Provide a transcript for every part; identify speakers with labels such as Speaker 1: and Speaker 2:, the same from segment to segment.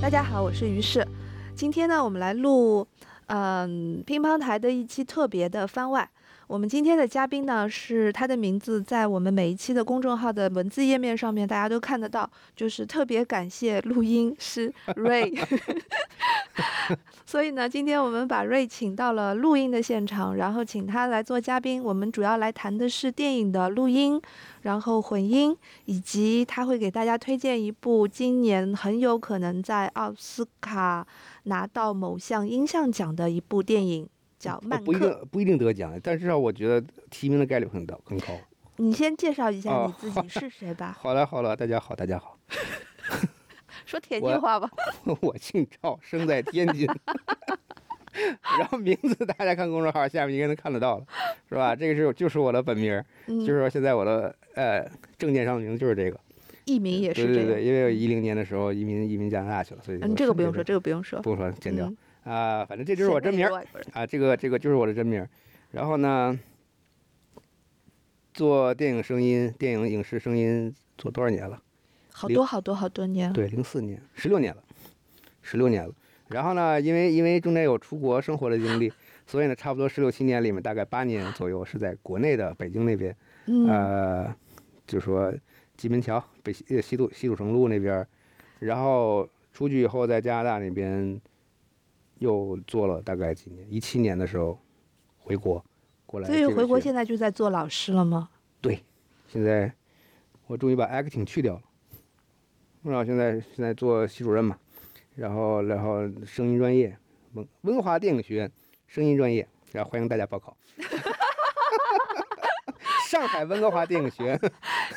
Speaker 1: 大家好，我是于适。今天呢，我们来录嗯乒乓台的一期特别的番外。我们今天的嘉宾呢，是他的名字在我们每一期的公众号的文字页面上面，大家都看得到。就是特别感谢录音 师 Ray，所以呢，今天我们把 Ray 请到了录音的现场，然后请他来做嘉宾。我们主要来谈的是电影的录音，然后混音，以及他会给大家推荐一部今年很有可能在奥斯卡拿到某项音像奖的一部电影，叫《曼
Speaker 2: 呃哦不一
Speaker 1: 克》。
Speaker 2: 定不一定得奖，但至少我觉得提名的概率很高很高。
Speaker 1: 你先介绍一下你
Speaker 2: 哦
Speaker 1: 自己是谁吧，
Speaker 2: 好了好了，大家好大家好，
Speaker 1: 说天
Speaker 2: 我
Speaker 1: 津话吧。
Speaker 2: 我姓赵，生在天津。 然后名字大家看公众号下面应该能看得到了，是吧？这个是就是我的本名儿，
Speaker 1: 嗯，
Speaker 2: 就是说现在我的呃证件上的名字就是这个。
Speaker 1: 艺名也是
Speaker 2: 对
Speaker 1: 这
Speaker 2: 对
Speaker 1: 样。
Speaker 2: 对，因为我一零年的时候移民移民加拿大去了，所以
Speaker 1: 嗯，这个不用说，
Speaker 2: 这
Speaker 1: 这个不用说，
Speaker 2: 不用说，剪掉
Speaker 1: 嗯
Speaker 2: 啊，反正这就是我真
Speaker 1: 谁
Speaker 2: 名
Speaker 1: 都
Speaker 2: 儿
Speaker 1: 外国人
Speaker 2: 啊，这个这个就是我的真名儿。然后呢，做电影声音、电影影视声音做多少年了？
Speaker 1: 好
Speaker 2: 零
Speaker 1: 多好多好多年。
Speaker 2: 对，零四年，十六年了，十六年了。然后呢，因为因为中间有出国生活的经历，所以呢，差不多十六七年里面，大概八年左右是在国内的北京那边，
Speaker 1: 嗯，
Speaker 2: 呃，就说金门桥、北西呃西土西土城路那边儿，然后出去以后在加拿大那边又做了大概几年，一七年的时候回国过来这
Speaker 1: 所
Speaker 2: 个
Speaker 1: 以
Speaker 2: 学。
Speaker 1: 回国现在就在做老师了吗？
Speaker 2: 现在我终于把 acting 去掉了，然后现在现在做系主任嘛，然后然后声音专业，文文华电影学院声音专业，然后欢迎大家报考。 上海温哥华电影学院，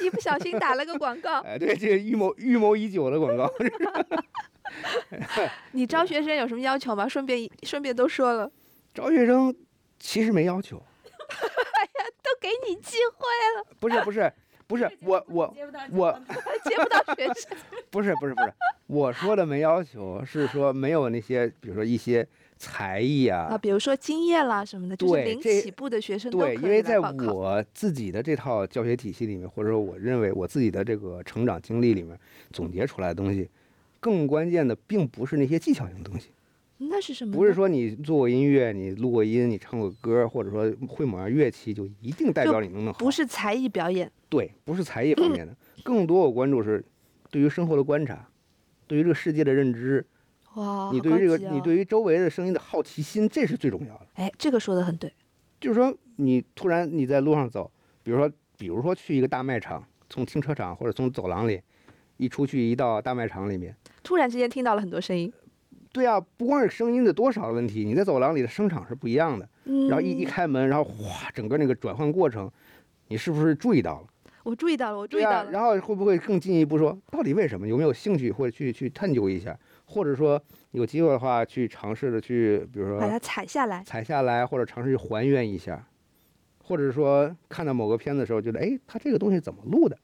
Speaker 1: 一不小心打了个广 告。
Speaker 2: 哎，对，这个预谋预谋已久的广告，
Speaker 1: 你招学生有什么要求吗？顺便顺便都说了，
Speaker 2: 招学生其实没要求，
Speaker 1: 都给你机会，
Speaker 2: 不是不是不是，我我我
Speaker 1: 接不 到学生。
Speaker 2: 不是不是不是，我说的没要求是说没有那些，比如说一些才艺啊
Speaker 1: 啊，比如说经验啦什么的，就是
Speaker 2: 对
Speaker 1: 零
Speaker 2: 这
Speaker 1: 起步的学生都可
Speaker 2: 对，
Speaker 1: 以
Speaker 2: 因为在
Speaker 1: 来报考。
Speaker 2: 我自己的这套教学体系里面，或者说我认为我自己的这个成长经历里面总结出来的东西，更关键的并不是那些技巧性的东西，
Speaker 1: 那是什么呢？
Speaker 2: 不是说你做过音乐，你录过音，你唱过歌，或者说会某样乐器就一定代
Speaker 1: 就
Speaker 2: 表你能弄好。
Speaker 1: 不是才艺表演，
Speaker 2: 对，不是才艺方面的，更多我关注是对于生活的观察，对于这个世界的认知，
Speaker 1: 哇，
Speaker 2: 你
Speaker 1: 好
Speaker 2: 对
Speaker 1: 高
Speaker 2: 于这个
Speaker 1: 级
Speaker 2: 你
Speaker 1: 哦
Speaker 2: 对于周围的声音的好奇心，这是最重要的。
Speaker 1: 哎，这个说的很对，
Speaker 2: 就是说，你突然你在路上走，比如说，比如说去一个大卖场，从停车场或者从走廊里一出去，一到大卖场里面，
Speaker 1: 突然之间听到了很多声音，
Speaker 2: 对啊，不光是声音的多少问题，你在走廊里的声场是不一样的。
Speaker 1: 嗯，
Speaker 2: 然后一一开门，然后哗，整个那个转换过程，你是不是注意到了？
Speaker 1: 我注意到了，我注意
Speaker 2: 对
Speaker 1: 到
Speaker 2: 啊
Speaker 1: 了，，
Speaker 2: 然后会不会更进一步说，到底为什么？有没有兴趣或者去去探究一下？或者说有机会的话，去尝试着去，比如说
Speaker 1: 把它踩下来，
Speaker 2: 采下来，或者尝试去还原一下，或者说看到某个片子的时候，觉得哎，它这个东西怎么录的？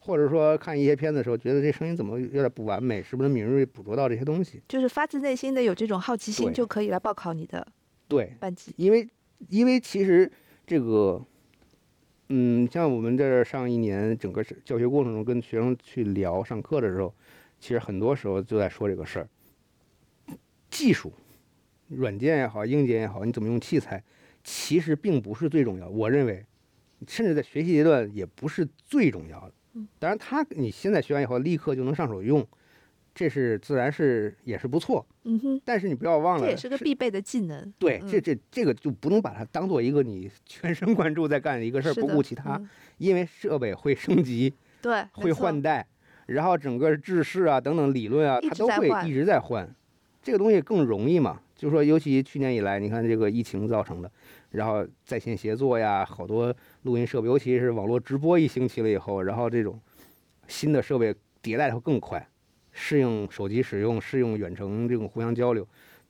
Speaker 2: 或者说看一些片子的时候，觉得这声音怎么有点不完美，是不是能敏锐捕捉到这些东西？
Speaker 1: 就是发自内心的有这种好奇心，
Speaker 2: 对
Speaker 1: 就可以来报考你的
Speaker 2: 对，
Speaker 1: 班级。
Speaker 2: 因为因为其实这个，嗯，像我们在这儿上一年整个是教学过程中跟学生去聊上课的时候，其实很多时候就在说这个事儿。技术，软件也好，硬件也好，你怎么用器材，其实并不是最重要。我认为，甚至在学习阶段也不是最重要的
Speaker 1: 嗯。
Speaker 2: 当然它，你现在学完以后立刻就能上手用，这是自然是也是不错。
Speaker 1: 嗯哼，
Speaker 2: 但是你不要忘了，
Speaker 1: 这也是个必备的技能。
Speaker 2: 对，这
Speaker 1: 嗯
Speaker 2: 这这个就不能把它当做一个你全神贯注在干一个事儿，
Speaker 1: 是
Speaker 2: 不
Speaker 1: 的
Speaker 2: 顾其他，
Speaker 1: 嗯
Speaker 2: 因为设备会升级，
Speaker 1: 对，没
Speaker 2: 会
Speaker 1: 错
Speaker 2: 换代，然后整个制式啊等等理论啊，
Speaker 1: 一
Speaker 2: 它
Speaker 1: 直
Speaker 2: 都
Speaker 1: 在
Speaker 2: 会
Speaker 1: 换
Speaker 2: 一直在换。这个东西更容易嘛，就说尤其去年以来，你看这个疫情造成的，然后在线协作呀，好多录音设备，尤其是网络直播一兴起了以后，然后这种新的设备迭代会更快，适应手机使用，适应远程这种互相交流，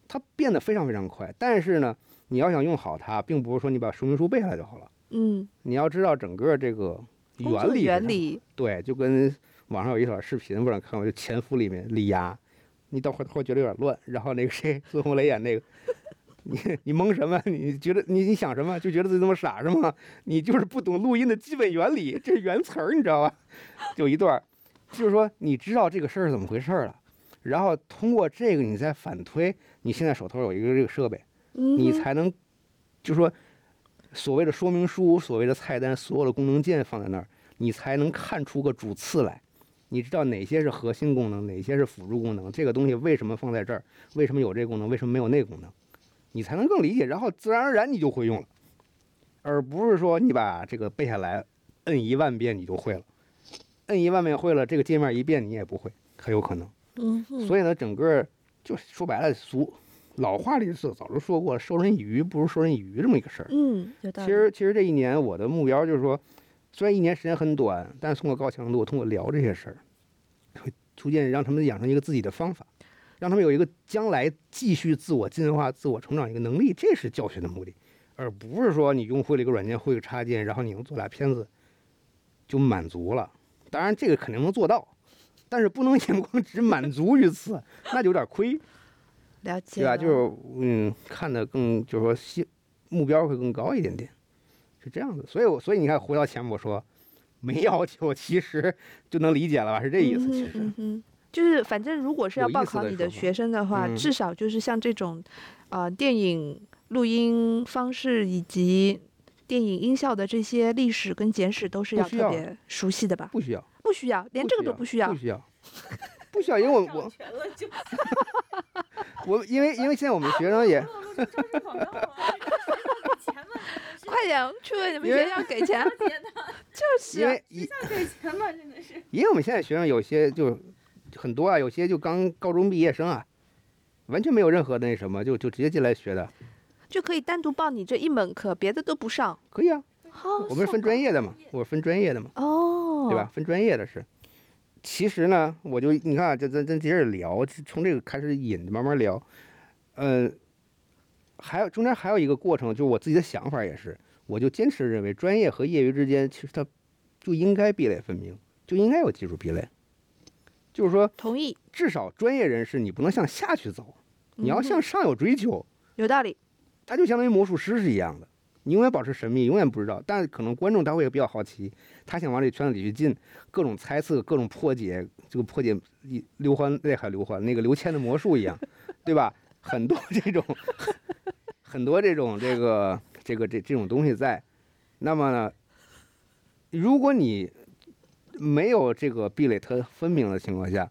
Speaker 2: 它变得非常非常快。但是呢，你要想用好它，并不是说你把说明书背下来就好了，
Speaker 1: 嗯，
Speaker 2: 你要知道整个这个
Speaker 1: 工
Speaker 2: 原
Speaker 1: 作
Speaker 2: 理是什
Speaker 1: 原
Speaker 2: 么
Speaker 1: 理，
Speaker 2: 对，就跟网上有一段视频，不知道看过，就前夫里面李涯，你到会会觉得有点乱，然后那个谁，孙红雷演那个，你你懵什么？你觉得你你想什么？就觉得自己那么傻是吗？你就是不懂录音的基本原理，这是原词儿，你知道吧？有一段儿，就是说你知道这个事儿是怎么回事儿了，然后通过这个，你再反推，你现在手头有一个这个设备，
Speaker 1: 嗯
Speaker 2: 你
Speaker 1: 哼
Speaker 2: 才能，就说所谓的说明书、所谓的菜单、所有的功能键放在那儿，你才能看出个主次来。你知道哪些是核心功能，哪些是辅助功能？这个东西为什么放在这儿？为什么有这功能？为什么没有那功能？你才能更理解，然后自然而然你就会用了，而不是说你把这个背下来，摁一万遍你就会了，摁一万遍会了，这个界面一变你也不会，很有可能。
Speaker 1: 嗯哼，
Speaker 2: 所以呢，整个就说白了，俗老话里早早就说过了，授人以鱼不如授人以渔这么一个事儿。
Speaker 1: 嗯，有道
Speaker 2: 其
Speaker 1: 理。
Speaker 2: 实，其实这一年我的目标就是说，虽然一年时间很短，但是通过高强度，通过聊这些事儿，会逐渐让他们养成一个自己的方法，让他们有一个将来继续自我进化、自我成长一个能力，这是教学的目的，而不是说你用会了一个软件、会个插件，然后你能做俩片子就满足了。当然，这个肯定能做到，但是不能 眼光只满足于此，那就有点亏。
Speaker 1: 了解
Speaker 2: 对吧？
Speaker 1: 了，
Speaker 2: 就是嗯，看的更就是说希目标会更高一点点，是这样子。所以我所以你看，回到前面我说没要求，其实就能理解了吧？是这意思，
Speaker 1: 嗯
Speaker 2: 其
Speaker 1: 哼
Speaker 2: 实
Speaker 1: 嗯哼，就是反正如果是要
Speaker 2: 有意
Speaker 1: 报
Speaker 2: 思
Speaker 1: 考
Speaker 2: 的
Speaker 1: 你的
Speaker 2: 说法
Speaker 1: 学生的话，
Speaker 2: 嗯
Speaker 1: 至少就是像这种，呃，电影录音方式以及电影音效的这些历史跟简史都是
Speaker 2: 不
Speaker 1: 要
Speaker 2: 需
Speaker 1: 特
Speaker 2: 要
Speaker 1: 别熟悉的吧？
Speaker 2: 不需要，
Speaker 1: 不需要，连这个都不
Speaker 2: 不
Speaker 1: 需要
Speaker 2: 不。需要，不需要，因为我
Speaker 3: 掌权了就
Speaker 2: 我我因为因为现在我们学生也
Speaker 3: 暴露出招式广告了，这个学校给钱吗？这
Speaker 1: 快点去你们
Speaker 2: 因为
Speaker 1: 学校给钱，
Speaker 3: 个是天呐，
Speaker 1: 就是
Speaker 2: 因
Speaker 1: 啊
Speaker 2: 为因
Speaker 3: 校给钱吗？真的是
Speaker 2: 因为我们现在学生有些就很多啊，有些就刚高中毕业生啊，完全没有任何的那什么，就就直接进来学的，
Speaker 1: 就可以单独报你这一门课，别的都不 上。
Speaker 2: 可以啊，
Speaker 1: 哦，
Speaker 2: 我们是分专业的嘛，我是分专业的嘛。
Speaker 1: 哦，
Speaker 2: 对吧？？分专业的是。其实呢，我就你看啊，这咱咱接着聊，这从这个开始引着慢慢聊。嗯，还有中间还有一个过程，就是我自己的想法也是，我就坚持认为专业和业余之间其实它就应该壁垒分明，就应该有技术壁垒。就是说，
Speaker 1: 同意，
Speaker 2: 至少专业人士你不能向下去走，你要
Speaker 1: 嗯哼
Speaker 2: 向上有追求。
Speaker 1: 有道理。
Speaker 2: 它就相当于魔术师是一样的，你永远保持神秘，永远不知道。但可能观众他会比较好奇，他想往这圈子里去进，各种猜测，各种破解，这个破解一刘欢那还刘欢那个刘谦的魔术一样，对吧？很多这种，很多这种这个这个这这种东西在。那么呢，如果你没有这个壁垒特分明的情况下，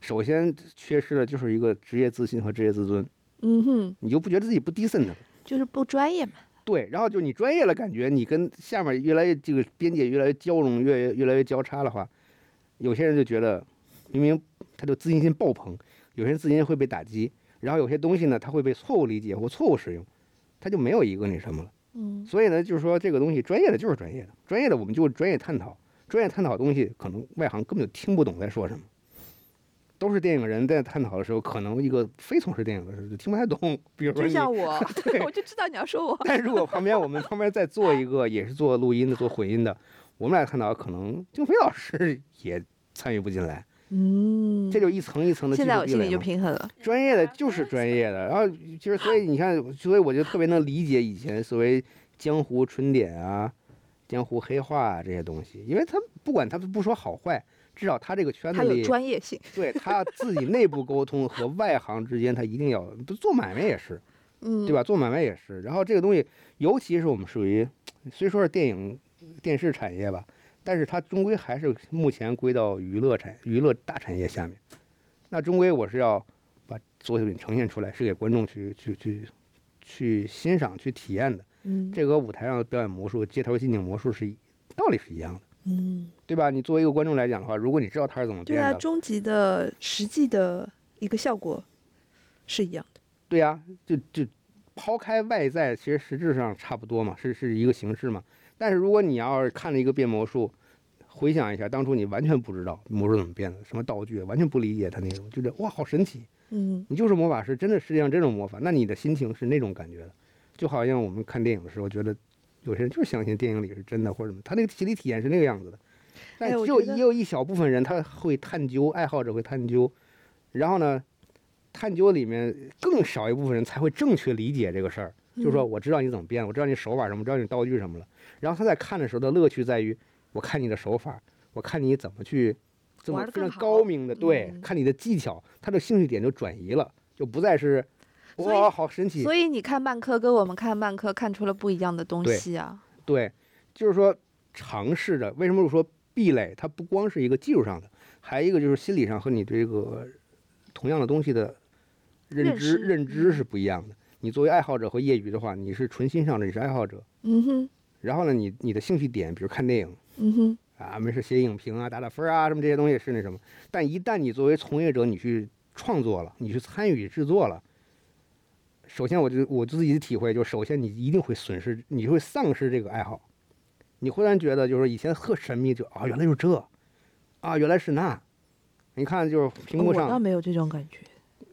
Speaker 2: 首先缺失的就是一个职业自信和职业自尊，
Speaker 1: 嗯哼，
Speaker 2: 你就不觉得自己不 decent 了。
Speaker 1: 就是不专业嘛。
Speaker 2: 对，然后就你专业了，感觉你跟下面越来越这个边界越来越交融，越越来越交叉的话，有些人就觉得明明他就自信心爆棚，有些人自信心会被打击，然后有些东西呢，他会被错误理解或错误使用，他就没有一个那什么了。
Speaker 1: 嗯
Speaker 2: 所以呢，就是说这个东西专业的就是专业的，专业的我们就是专业探讨，专业探讨的东西可能外行根本就听不懂在说什么，都是电影人在探讨的时候，可能一个非从事电影的人就听不太懂，比如说
Speaker 1: 就
Speaker 2: 你。
Speaker 1: 像 我，我就知道你要说 我。
Speaker 2: 但如果旁边我们旁边再做一个也是做录音的、做混音的，我们俩看到可能静飞老师也参与不进来，
Speaker 1: 嗯，
Speaker 2: 这就一层一层的技
Speaker 1: 现在
Speaker 2: 术
Speaker 1: 我
Speaker 2: 壁
Speaker 1: 心里
Speaker 2: 垒
Speaker 1: 就嗯
Speaker 2: 嘛。
Speaker 1: 平衡了。
Speaker 2: 专业的就是专业的，然后其实所以你看，所以我就特别能理解以前所谓江湖春点啊、江湖黑话啊这些东西，因为他不管他不说好坏，至少他这个圈
Speaker 1: 它
Speaker 2: 子
Speaker 1: 有
Speaker 2: 里，
Speaker 1: 专业性。
Speaker 2: 对他自己内部沟通和外行之间，他一定要不做买卖也是，
Speaker 1: 嗯，
Speaker 2: 对吧？做买卖也是。然后这个东西，尤其是我们属于，虽说是电影、电视产业吧，但是它终归还是目前归到娱乐产、娱乐大产业下面。那终归我是要把作品呈现出来，是给观众去去去去欣赏、去体验的。
Speaker 1: 嗯？
Speaker 2: 这个舞台上的表演魔术、街头近景魔术是一道理是一样的，
Speaker 1: 嗯，
Speaker 2: 对吧？你作为一个观众来讲的话，如果你知道它是怎么
Speaker 1: 对
Speaker 2: 变
Speaker 1: 啊，
Speaker 2: 的，
Speaker 1: 终极的实际的一个效果是一样的。
Speaker 2: 对呀、就就抛开外在，其实实质上差不多嘛，是是一个形式嘛。但是如果你要是看了一个变魔术，回想一下当初你完全不知道魔术怎么变的，什么道具完全不理解它那种，就觉得哇好神奇，
Speaker 1: 嗯
Speaker 2: 你就是魔法师，真的世界上这种魔法，那你的心情是那种感觉的，就好像我们看电影的时候觉得。有些人就是相信电影里是真的或者什么，他那个体力体验是那个样子的，但
Speaker 1: 哎我
Speaker 2: 只有
Speaker 1: 觉得
Speaker 2: 也有一小部分人他会探究，爱好者会探究，然后呢，探究里面更少一部分人才会正确理解这个事儿，就是
Speaker 1: 嗯
Speaker 2: 说我知道你怎么变，我知道你手法什么，我知道你道具什么了。然后他在看的时候的乐趣在于，我看你的手法，我看你怎么去这么
Speaker 1: 玩得
Speaker 2: 非常
Speaker 1: 更
Speaker 2: 高明的，对，
Speaker 1: 嗯
Speaker 2: 看你的技巧，他的兴趣点就转移了，就不再是
Speaker 1: 所以
Speaker 2: 哇，好神奇，
Speaker 1: 所以你看漫科跟我们看漫科看出了不一样的东
Speaker 2: 对
Speaker 1: 西啊。
Speaker 2: 对，就是说尝试着。为什么我说壁垒？它不光是一个技术上的，还有一个就是心理上和你这个同样的东西的认
Speaker 1: 认
Speaker 2: 知
Speaker 1: 识嗯
Speaker 2: 认知是不一样的。你作为爱好者和业余的话，你是纯欣赏者，你是爱好者。
Speaker 1: 嗯哼，
Speaker 2: 然后呢，你你的兴趣点，比如看电影
Speaker 1: 嗯哼，
Speaker 2: 啊，没事写影评啊，打打分儿啊，什么这些东西是那什么。但一旦你作为从业者，你去创作了，你去参与制作了。首先，我就我自己的体会就是，首先你一定会损失，你会丧失这个爱好，你忽然觉得就是以前特神秘，就啊原来就是这，啊原来是那，你看就是屏幕
Speaker 1: 哦我倒
Speaker 2: 上，
Speaker 1: 没有这种感觉，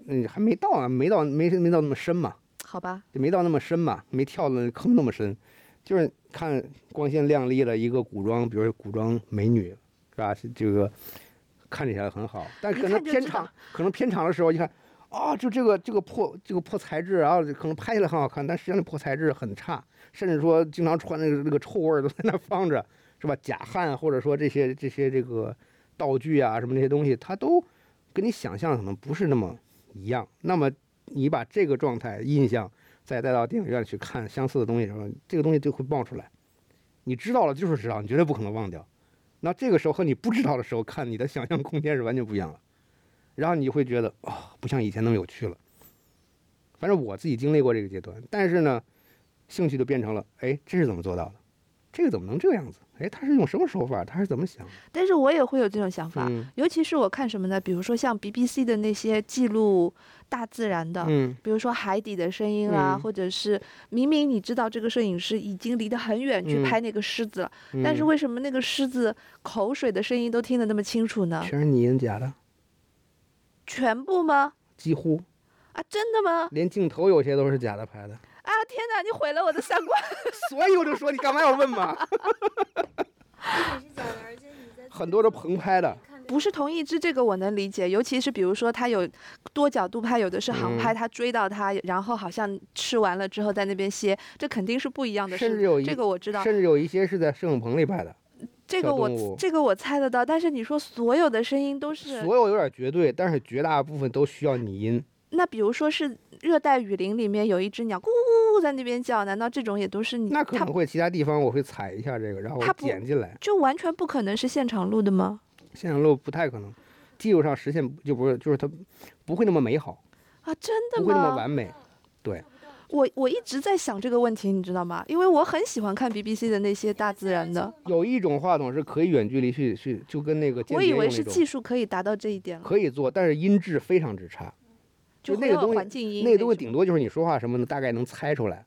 Speaker 2: 嗯还没到啊，没到没没到那么深嘛，
Speaker 1: 好吧？
Speaker 2: 就没到那么深嘛，没跳的坑那么深，就是看光鲜亮丽的一个古装，比如说古装美女，是吧？是这个看起来很好，但
Speaker 1: 一
Speaker 2: 可能
Speaker 1: 看就
Speaker 2: 片
Speaker 1: 知
Speaker 2: 场
Speaker 1: 道，
Speaker 2: 可能片场的时候一看，哦，就这个这个破这个破材质啊，可能拍起来很好看，但实际上这破材质很差，甚至说经常穿那个那个臭味儿都在那放着，是吧？假汗或者说这些这些这个道具啊什么这些东西，它都跟你想象可能不是那么一样。那么你把这个状态印象再带到电影院去看相似的东西的时候，这个东西就会冒出来。你知道了就是知道，你绝对不可能忘掉。那这个时候和你不知道的时候看，你的想象空间是完全不一样了。然后你就会觉得啊、不像以前那么有趣了。反正我自己经历过这个阶段，但是呢，兴趣就变成了，哎，这是怎么做到的？这个怎么能这样子？哎，他是用什么手法？他是怎么想的？
Speaker 1: 但是我也会有这种想法，
Speaker 2: 嗯
Speaker 1: 尤其是我看什么呢？比如说像 BBC 的那些记录大自然的，
Speaker 2: 嗯
Speaker 1: 比如说海底的声音啦，
Speaker 2: 嗯
Speaker 1: 或者是明明你知道这个摄影师已经离得很远去
Speaker 2: 嗯
Speaker 1: 拍那个狮子了，
Speaker 2: 嗯，
Speaker 1: 但是为什么那个狮子口水的声音都听得那么清楚呢？
Speaker 2: 全是拟人假的，
Speaker 1: 全部吗？
Speaker 2: 几乎
Speaker 1: 啊，真的吗？
Speaker 2: 连镜头有些都是假的拍的。
Speaker 1: 啊，天哪，你毁了我的三观！
Speaker 2: 所以我就说你干嘛要问嘛？
Speaker 3: 这也是假的，而且你在
Speaker 2: 很多都棚拍的，
Speaker 1: 不是同一只，这个我能理解，尤其是比如说他有多角度拍，有的是航
Speaker 2: 嗯
Speaker 1: 拍，他追到他，然后好像吃完了之后在那边歇，这肯定是不一样的
Speaker 2: 甚
Speaker 1: 事
Speaker 2: 至有
Speaker 1: 情。
Speaker 2: 一
Speaker 1: 这个我知道，
Speaker 2: 甚至有一些是在摄影棚里拍的，
Speaker 1: 这
Speaker 2: 小
Speaker 1: 个
Speaker 2: 动物
Speaker 1: 我这个我猜得到，但是你说所有的声音都是，
Speaker 2: 所有有点绝对，但是绝大部分都需要拟音。
Speaker 1: 那比如说是热带雨林里面有一只鸟咕咕咕在那边叫，难道这种也都是你？
Speaker 2: 那可
Speaker 1: 它
Speaker 2: 能会其他地方我会踩一下这个，然后
Speaker 1: 它
Speaker 2: 我
Speaker 1: 不
Speaker 2: 剪进来。
Speaker 1: 就完全不可能是现场录的吗？
Speaker 2: 现场录不太可能，技术上实现不就不是，就是它不会那么美好，
Speaker 1: 啊，真的
Speaker 2: 不会那么
Speaker 1: 吗？
Speaker 2: 完美。
Speaker 1: 我我一直在想这个问题，你知道吗？因为我很喜欢看 BBC 的那些大自然的。
Speaker 2: 有一种话筒是可以远距离去去，就跟那个间
Speaker 1: 我
Speaker 2: 谍
Speaker 1: 以
Speaker 2: 用
Speaker 1: 为
Speaker 2: 那
Speaker 1: 是
Speaker 2: 种
Speaker 1: 技术可以达到这一点了，
Speaker 2: 可以做，但是音质非常之差。就那
Speaker 1: 没
Speaker 2: 个
Speaker 1: 有
Speaker 2: 东西
Speaker 1: 环境音
Speaker 2: 那个
Speaker 1: 种
Speaker 2: 东西顶多就是你说话什么的，大概能猜出来。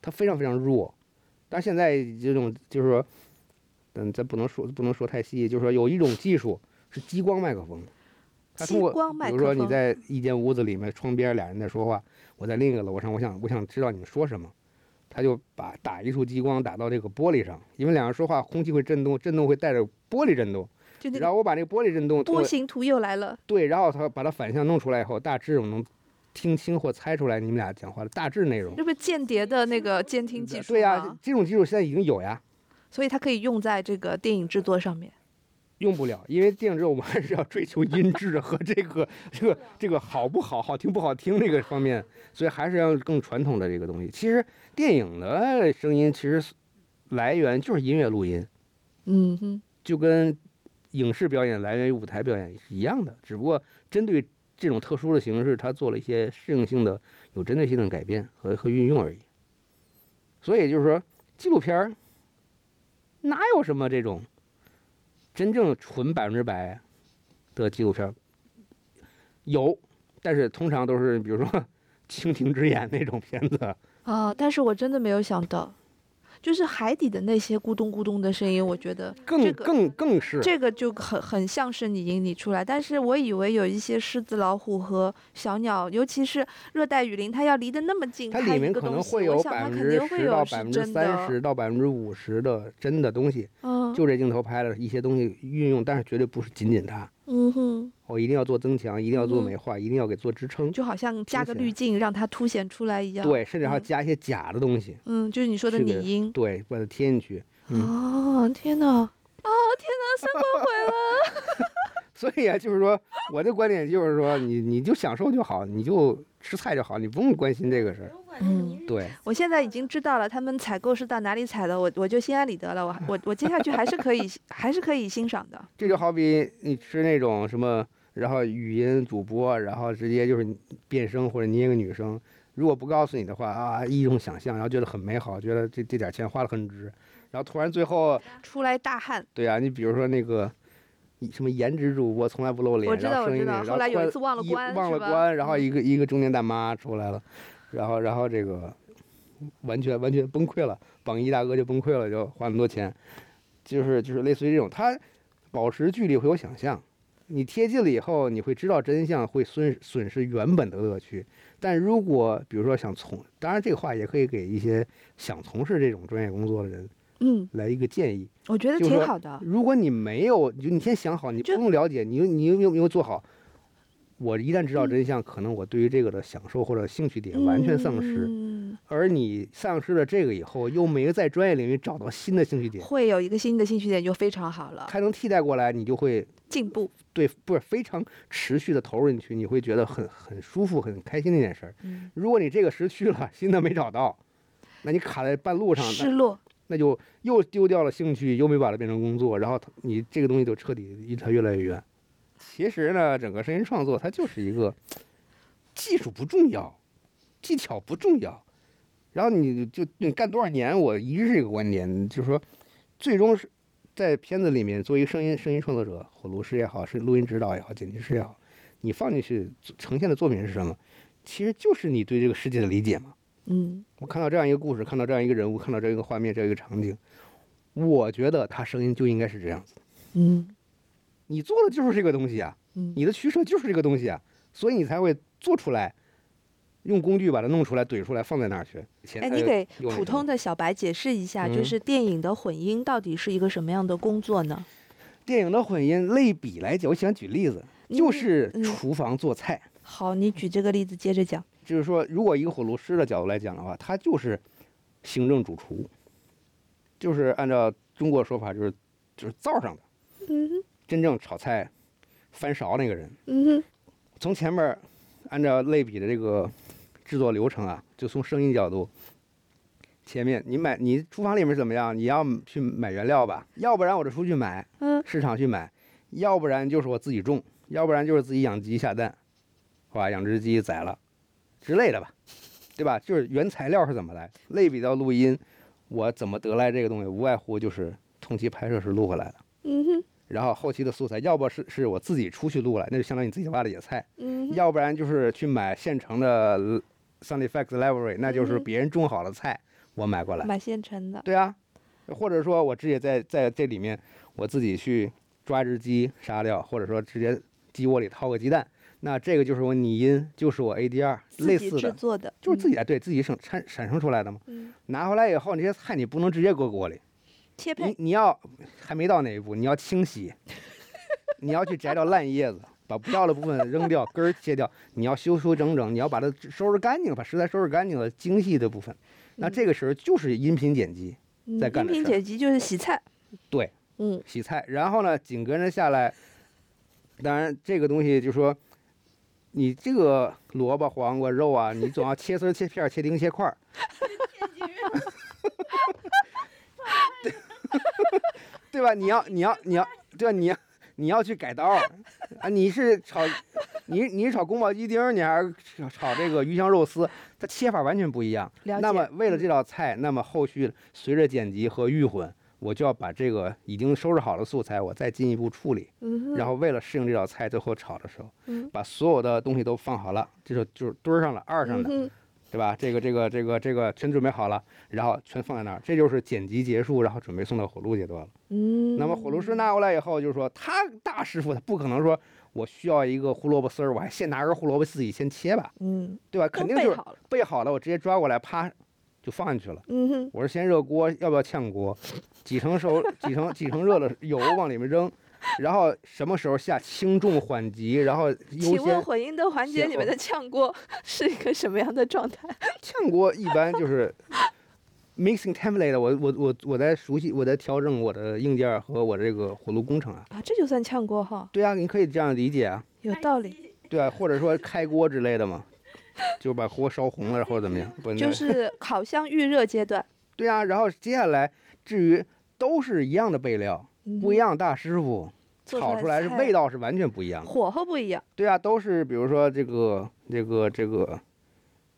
Speaker 2: 它非常非常弱，但是现在这种就是说，嗯，咱不能说不能说太细，就是说有一种技术是激光麦克风，它通
Speaker 1: 激
Speaker 2: 过
Speaker 1: 光麦
Speaker 2: 比
Speaker 1: 克
Speaker 2: 如
Speaker 1: 风。
Speaker 2: 说你在一间屋子里面，窗边俩人在说话，我在另一个楼上，我想我想知道你们说什么，他就把打一束激光打到这个玻璃上，因为两人说话，空气会震动，震动会带着玻璃震动，
Speaker 1: 就那
Speaker 2: 然
Speaker 1: 个
Speaker 2: 后我把这个玻璃震动
Speaker 1: 波
Speaker 2: 通过
Speaker 1: 形图又来了，
Speaker 2: 对，然后他把它反向弄出来以后，大致我能听清或猜出来你们俩讲话的大致内容。
Speaker 1: 这不是间谍的那个监听技术
Speaker 2: 对啊呀、
Speaker 1: 吗
Speaker 2: 这种技术现在已经有呀，
Speaker 1: 所以它可以用在这个电影制作上面。
Speaker 2: 用不了，因为电影之后我们还是要追求音质和这个这个这个好不好、好听不好听这个方面，所以还是要更传统的这个东西。其实电影的声音其实是来源就是音乐录音，
Speaker 1: 嗯哼，
Speaker 2: 就跟影视表演来源于舞台表演是一样的，只不过针对这种特殊的形式，它做了一些适应性的、有针对性的改变和和运用而已。所以就是说，纪录片儿哪有什么这种真正纯百分之百的纪录片儿？有，但是通常都是比如说 蜻蜓之眼那种片子，
Speaker 1: 啊，但是我真的没有想到，就是海底的那些咕咚咕咚的声音，我觉得
Speaker 2: 更、
Speaker 1: 这个
Speaker 2: 更更是
Speaker 1: 这个就很很像是你引你出来，但是我以为有一些狮子、老虎和小鸟，尤其是热带雨林，它要离得那么近，
Speaker 2: 它
Speaker 1: 拍
Speaker 2: 里
Speaker 1: 一
Speaker 2: 面
Speaker 1: 个
Speaker 2: 可
Speaker 1: 东
Speaker 2: 能
Speaker 1: 西
Speaker 2: 会
Speaker 1: 我
Speaker 2: 有
Speaker 1: 想它
Speaker 2: 百分
Speaker 1: 肯定
Speaker 2: 之
Speaker 1: 会
Speaker 2: 十到
Speaker 1: 有
Speaker 2: 百
Speaker 1: 是
Speaker 2: 分之
Speaker 1: 真
Speaker 2: 三
Speaker 1: 的，
Speaker 2: 十到百分之五十的真的东西，
Speaker 1: 嗯，
Speaker 2: 就这镜头拍了一些东西运用，但是绝对不是仅仅它。
Speaker 1: 嗯哼，
Speaker 2: 我一定要做增强，一定要做
Speaker 1: 嗯哼
Speaker 2: 美化，一定要给做支撑。
Speaker 1: 就好像加
Speaker 2: 听
Speaker 1: 个
Speaker 2: 起来
Speaker 1: 滤镜让它凸显出来一样，，
Speaker 2: 对，甚至还要
Speaker 1: 嗯
Speaker 2: 加一些假的东西，
Speaker 1: 嗯，就是你说的
Speaker 2: 区
Speaker 1: 拟
Speaker 2: 别
Speaker 1: 音，
Speaker 2: 对，把它贴进去。嗯
Speaker 1: 哦，天哪，哦，天哪，生活毁了。
Speaker 2: 所以啊，就是说我的观点就是说，你你就享受就好，你就吃菜就好，你不用关心这个事儿。
Speaker 3: 如果是你日
Speaker 2: 对，
Speaker 1: 我现在已经知道了他们采购是到哪里采的，我我就心安理得了。我我我接下去还是可以 还是可以欣赏的。
Speaker 2: 这就好比你吃那种什么，然后语音主播，然后直接就是变声或者捏个女生，如果不告诉你的话啊，一种想象，然后觉得很美好，觉得这这点钱花的很值，然后突然最后，
Speaker 1: 出来大汗，
Speaker 2: 对啊，你比如说那个。什么颜值主播从来不露脸，
Speaker 1: 我知
Speaker 2: 然
Speaker 1: 道
Speaker 2: 后
Speaker 1: 我
Speaker 2: 声音
Speaker 1: 知道
Speaker 2: 那个然
Speaker 1: 后来有
Speaker 2: 突
Speaker 1: 一
Speaker 2: 然
Speaker 1: 次忘了关
Speaker 2: 忘
Speaker 1: 是
Speaker 2: 了
Speaker 1: 吧
Speaker 2: 关，然后
Speaker 1: 嗯
Speaker 2: 一个一个中年大妈出来了，然后然后这个完全完全崩溃了，榜一大哥就崩溃了，就花那么多钱，就是就是类似于这种，他保持距离会有想象，你贴近了以后，你会知道真相，会损损失原本的乐趣。但如果比如说想从，当然这个话也可以给一些想从事这种专业工作的人
Speaker 1: 嗯，
Speaker 2: 来一个建议，
Speaker 1: 我觉得
Speaker 2: 就
Speaker 1: 挺
Speaker 2: 说
Speaker 1: 好的。
Speaker 2: 如果你没有，就你先想好，你不
Speaker 1: 就
Speaker 2: 用了解，你你有没有做好？我一旦知
Speaker 1: 嗯
Speaker 2: 道真相，可能我对于这个的享受或者兴趣点完全丧失。
Speaker 1: 嗯
Speaker 2: 而你丧失了这个以后，又没在专业领域找到新的兴趣点，
Speaker 1: 会有一个新的兴趣点就非常好了，
Speaker 2: 它能替代过来，你就会
Speaker 1: 进步。
Speaker 2: 对不是非常持续的投入进去，你会觉得很很舒服、很开心的一件事儿。
Speaker 1: 嗯，
Speaker 2: 如果你这个失去了，新的没找到，那你卡在半路上，
Speaker 1: 失
Speaker 2: 那
Speaker 1: 落。
Speaker 2: 那就又丢掉了兴趣，又没把它变成工作，然后它你这个东西就彻底离它越来越远。其实呢，整个声音创作它就是一个技术不重要，技巧不重要，然后你就你干多少年，我一直是这个观点，就是说，最终是在片子里面做一个声音声音创作者，混录师也好，是录音指导也好，剪辑师也好，你放进去呈现的作品是什么，其实就是你对这个世界的理解嘛。
Speaker 1: 嗯，
Speaker 2: 我看到这样一个故事，看到这样一个人物，看到这样一个画面，这样一个场景，我觉得他声音就应该是这样子。
Speaker 1: 嗯
Speaker 2: 你做的就是这个东西啊，
Speaker 1: 嗯，
Speaker 2: 你的取舍就是这个东西啊，所以你才会做出来，用工具把它弄出来、怼出来，放在那儿去。前
Speaker 1: 哎，你
Speaker 2: 呃
Speaker 1: 给
Speaker 2: 有那
Speaker 1: 普
Speaker 2: 什么
Speaker 1: 通的小白解释一下，就
Speaker 2: 嗯
Speaker 1: 是电影的混音到底是一个什么样的工作呢？
Speaker 2: 电影的混音类比来讲，我想举例子，
Speaker 1: 你
Speaker 2: 就
Speaker 1: 你
Speaker 2: 是
Speaker 1: 嗯
Speaker 2: 厨房做菜，
Speaker 1: 好，你举这个例子接着讲。
Speaker 2: 就是说，如果一个火炉师的角度来讲的话，他就是行政主厨，就是按照中国说法，就是就是灶上的
Speaker 1: 嗯
Speaker 2: 真正炒菜翻勺那个人。
Speaker 1: 嗯
Speaker 2: 从前面儿按照类比的这个制作流程啊，就从声音角度，前面你买你厨房里面是怎么样？你要去买原料吧，要不然我就出去买，
Speaker 1: 嗯，
Speaker 2: 市场去买，要不然就是我自己种，要不然就是自己养鸡下蛋，是吧？养只鸡宰了之类的吧，对吧？就是原材料是怎么来？类比到录音，我怎么得来这个东西？无外乎就是同期拍摄时录回来的，
Speaker 1: 嗯哼
Speaker 2: 然后后期的素材，要不是是我自己出去录来，那就相当于你自己挖的野菜。
Speaker 1: 嗯哼，
Speaker 2: 要不然就是去买现成的 Sound Effects Library，那就是
Speaker 1: 嗯
Speaker 2: 别人种好的菜，我买过来。
Speaker 1: 买现成的。
Speaker 2: 对啊，或者说我直接在在这里面我自己去抓只鸡杀掉，或者说直接鸡窝里掏个鸡蛋，那这个就是我拟音，就是我 ADR 类
Speaker 1: 自己
Speaker 2: 似
Speaker 1: 制嗯
Speaker 2: 的，
Speaker 1: 作的，
Speaker 2: 就是自
Speaker 1: 己
Speaker 2: 己啊对自己生产产生出来的嘛。
Speaker 1: 嗯
Speaker 2: 拿回来以后，那些菜你不能直接搁锅里，
Speaker 1: 切
Speaker 2: 你
Speaker 1: 配，
Speaker 2: 你要还没到那一步，你要清洗，你要去摘掉烂叶子，把不要的部分扔掉，根儿切掉，你要修修整整，你要把它收拾干净，把食材收拾干净了，精细的部分。那
Speaker 1: 嗯
Speaker 2: 这个时候就是音频剪辑、
Speaker 1: 嗯
Speaker 2: 在干
Speaker 1: 音
Speaker 2: 的
Speaker 1: 频
Speaker 2: 事儿
Speaker 1: 剪辑就是洗菜。
Speaker 2: 对，
Speaker 1: 嗯
Speaker 2: 洗菜，然后呢，紧跟着下来，当然这个东西就说，你这个萝卜、黄瓜、肉啊，你总要切丝儿、切片儿、切丁、切块儿，
Speaker 3: 天津人，
Speaker 2: 对吧？你要你要你要对吧？你要你要去改刀儿啊！你是炒你你是炒宫保鸡丁儿，你还是炒炒这个鱼香肉丝，它切法完全不一样。
Speaker 1: 了
Speaker 2: 那
Speaker 1: 解嗯
Speaker 2: 么为了这道菜，那么后续随着剪辑和预混，我就要把这个已经收拾好的素材，我再进一步处理。
Speaker 1: 嗯
Speaker 2: 然
Speaker 1: 后
Speaker 2: 后为了适应这道菜，最后炒的时候
Speaker 1: 嗯，
Speaker 2: 把所有的东西都放好了，这就就是堆儿上了、二上了，
Speaker 1: 嗯
Speaker 2: 对吧？这个这个这个这个全准备好了，然后全放在那儿，这就是剪辑结束，然后准备送到火炉阶段了。
Speaker 1: 嗯，
Speaker 2: 那么火炉师拿过来以后，就是说他大师傅他不可能说我需要一个胡萝卜丝儿，我还现拿根胡萝卜自己先切吧，
Speaker 1: 嗯，
Speaker 2: 对吧？
Speaker 1: 都
Speaker 2: 肯定
Speaker 1: 备
Speaker 2: 就是
Speaker 1: 好了，
Speaker 2: 备好了，我直接抓过来，啪就放进去了。
Speaker 1: 嗯哼，
Speaker 2: 我是先热锅，要不要炝锅？几成熟，几成几成热了油往里面扔，然后什么时候下轻重缓急，然后优
Speaker 1: 请问
Speaker 2: 先
Speaker 1: 混音的环节
Speaker 2: 先
Speaker 1: 里面
Speaker 2: 后
Speaker 1: 的炝锅是一个什么样的状态？
Speaker 2: 炝锅一般就是 mixing template，我我我我在熟悉，我在调整我的硬件和我这个火炉工程啊。
Speaker 1: 啊，这就算炝锅哈，
Speaker 2: 对啊，你可以这样理解啊，
Speaker 1: 有道理。
Speaker 2: 对啊，或者说开锅之类的嘛，就把锅烧红了或者怎么样，不
Speaker 1: 就
Speaker 2: 那
Speaker 1: 是烤箱预热阶段，
Speaker 2: 对啊。然后接下来至于都是一样的备料，不一
Speaker 1: 嗯，
Speaker 2: 样大师傅
Speaker 1: 做
Speaker 2: 炒出来是
Speaker 1: 菜
Speaker 2: 味道是完全不一样的。
Speaker 1: 火候不一样。
Speaker 2: 对啊，都是比如说这个这个这个，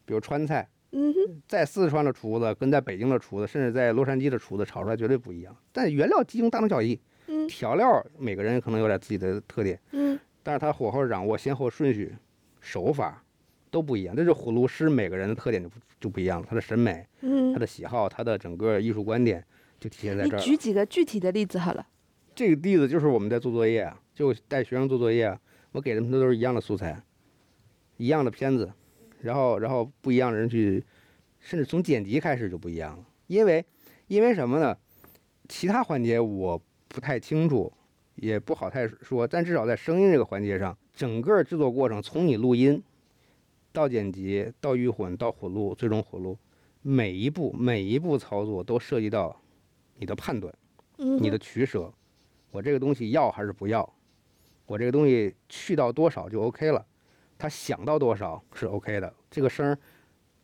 Speaker 2: 比如川菜，
Speaker 1: 嗯哼，
Speaker 2: 在四川的厨子跟在北京的厨子，甚至在洛杉矶的厨子炒出来绝对不一样。但原料基因大同小异，
Speaker 1: 嗯
Speaker 2: 调料每个人可能有点自己的特点，
Speaker 1: 嗯，
Speaker 2: 但是它火候掌握、先后顺序、手法都不一样。这是葫芦师每个人的特点就不就不一样了，他的审美、
Speaker 1: 嗯
Speaker 2: 他，的喜好、他的整个艺术观点就体现在
Speaker 1: 你
Speaker 2: 这儿了。
Speaker 1: 举几个具体的例子好了。
Speaker 2: 这个例子就是我们在做作业啊，就带学生做作业啊，我给他们的都是一样的素材，一样的片子，然后然后不一样的人去，甚至从剪辑开始就不一样了，因为因为什么呢？其他环节我不太清楚，也不好太说，但至少在声音这个环节上，整个制作过程从你录音到剪辑到预混到混录，最终混录，每一步每一步操作都涉及到你的判断。
Speaker 1: 嗯，
Speaker 2: 你的取舍，我这个东西要还是不要，我这个东西去到多少就 OK 了，他想到多少是 OK 的，这个声儿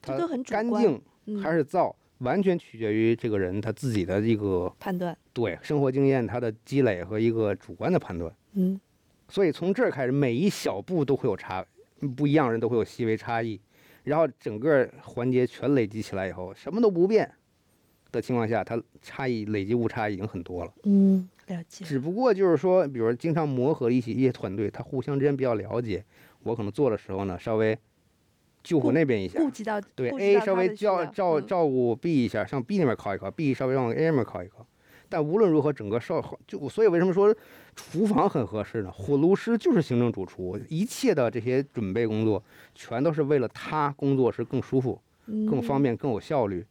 Speaker 1: 这
Speaker 2: 它
Speaker 1: 都很主
Speaker 2: 干
Speaker 1: 观
Speaker 2: 净
Speaker 1: 嗯
Speaker 2: 还是燥，完全取决于这个人他自己的一个
Speaker 1: 判断，
Speaker 2: 对生活经验他的积累和一个主观的判断。
Speaker 1: 嗯
Speaker 2: 所以从这儿开始，每一小步都会有差，不一样人都会有细微差异，然后整个环节全累积起来以后，什么都不变的情况下，它差异累积误差已经很多了。
Speaker 1: 嗯，了解。
Speaker 2: 只不过就是说，比如经常磨合一些一些团队，他互相之间比较了解。我可能做的时候呢，稍微救
Speaker 1: 顾
Speaker 2: 火那边一下，
Speaker 1: 顾及到
Speaker 2: 对
Speaker 1: 顾及
Speaker 2: A
Speaker 1: 到
Speaker 2: 稍
Speaker 1: 他
Speaker 2: 微
Speaker 1: 的需
Speaker 2: 照
Speaker 1: 要
Speaker 2: 照
Speaker 1: 嗯
Speaker 2: 照顾 B 一下，向 B 那边靠一靠，B 稍微往 A 那边靠一靠。但无论如何，整个烧就所以为什么说厨房很合适呢？火炉师就是行政主厨，一切的这些准备工作全都是为了他工作时更舒服、更方
Speaker 1: 嗯
Speaker 2: 便、更有效率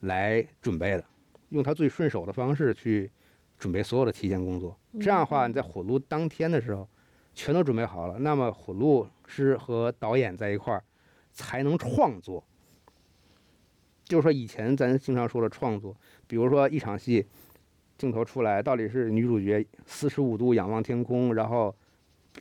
Speaker 2: 来准备的，用他最顺手的方式去准备所有的提前工作。这样的话，你在火炉当天的时候，全都准备好了，那么火炉师和导演在一块儿才能创作。就是说，以前咱经常说的创作，比如说一场戏，镜头出来到底是女主角四十五度仰望天空，然后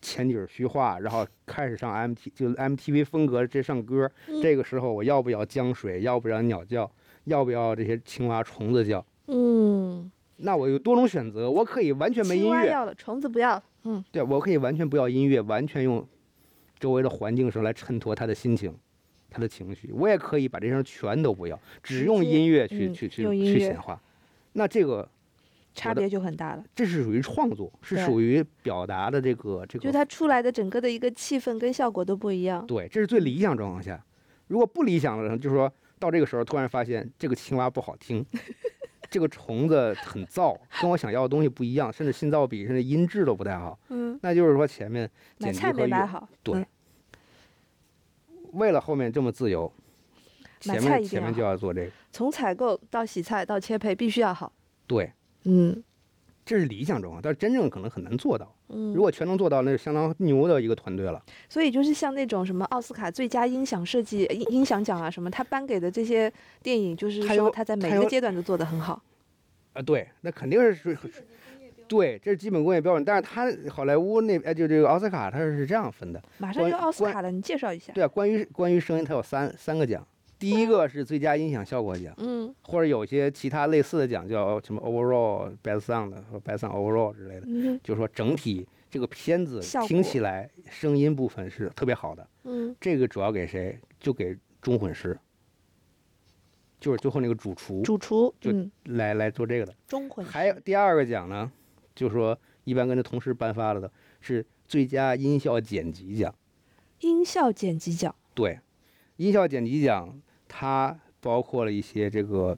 Speaker 2: 前景虚化，然后开始上 MT 就是 MTV 风格这上歌，这个时候我要不要江水，要不要鸟叫，要不要这些青蛙虫子叫？
Speaker 1: 嗯，
Speaker 2: 那我有多种选择，我可以完全没
Speaker 1: 青
Speaker 2: 音
Speaker 1: 蛙
Speaker 2: 乐，
Speaker 1: 要了，虫子不要。嗯
Speaker 2: 对，我可以完全不要音乐，完全用周围的环境声来衬托他的心情、他的情绪。我也可以把这些声全都不要，只
Speaker 1: 直
Speaker 2: 用
Speaker 1: 接
Speaker 2: 音乐去、
Speaker 1: 嗯
Speaker 2: 去去
Speaker 1: 用音
Speaker 2: 去
Speaker 1: 乐
Speaker 2: 显化。那这个
Speaker 1: 差
Speaker 2: 我的
Speaker 1: 别就很大了，
Speaker 2: 这是属于创作，是
Speaker 1: 对
Speaker 2: 属于表达的这个这
Speaker 1: 就
Speaker 2: 个
Speaker 1: 它出来的整个的一个气氛跟效果都不一样。
Speaker 2: 对，这是最理想状况下。如果不理想的，就是说到这个时候突然发现这个青蛙不好听，这个虫子很燥，跟我想要的东西不一样，甚至心噪比，甚至音质都不太好。
Speaker 1: 嗯，
Speaker 2: 那就是说前面
Speaker 1: 买
Speaker 2: 剪辑
Speaker 1: 菜
Speaker 2: 和
Speaker 1: 没
Speaker 2: 预
Speaker 1: 买好。
Speaker 2: 对
Speaker 1: 嗯
Speaker 2: 为了后面这么自由，
Speaker 1: 买
Speaker 2: 前
Speaker 1: 菜一
Speaker 2: 面
Speaker 1: 定
Speaker 2: 前
Speaker 1: 要
Speaker 2: 面就要做这个。
Speaker 1: 从采购到洗菜到切配必须要好。
Speaker 2: 对，
Speaker 1: 嗯
Speaker 2: 这是理想状况，但是真正可能很难做到。
Speaker 1: 嗯，
Speaker 2: 如果全能做到，那是相当牛的一个团队了。
Speaker 1: 所以就是像那种什么奥斯卡最佳音响设计、音音响奖啊什么，他颁给的这些电影，就是
Speaker 2: 它
Speaker 1: 说
Speaker 2: 有
Speaker 1: 他在每
Speaker 2: 它
Speaker 1: 一个
Speaker 2: 有
Speaker 1: 阶段都做得很好。
Speaker 2: 啊，对，那肯定是属于对，这是基本工业标准。但是他好莱坞那哎，就这个奥斯卡，它是这样分的。
Speaker 1: 马上
Speaker 2: 关
Speaker 1: 就奥斯
Speaker 2: 关
Speaker 1: 卡了，你介绍一下。
Speaker 2: 对啊，关于关于声音，它有三三个奖。第一个是最佳音响效果奖，
Speaker 1: 嗯
Speaker 2: 或者有些其他类似的奖叫什么 overall best sound 和 best sound overall 之类的，
Speaker 1: 嗯
Speaker 2: 就是说整体这个片子
Speaker 1: 效
Speaker 2: 听
Speaker 1: 果
Speaker 2: 起来声音部分是特别好的。
Speaker 1: 嗯
Speaker 2: 这个主要给谁？就给中混师，就是最后那个主厨
Speaker 1: 嗯，主嗯厨
Speaker 2: 就
Speaker 1: 嗯
Speaker 2: 来来做这个的。
Speaker 1: 中混
Speaker 2: 还有第二个奖呢，就是说一般跟着同事颁发了的是最佳音效剪辑奖。
Speaker 1: 音效剪辑奖，
Speaker 2: 对，音效剪辑奖它包括了一些这个，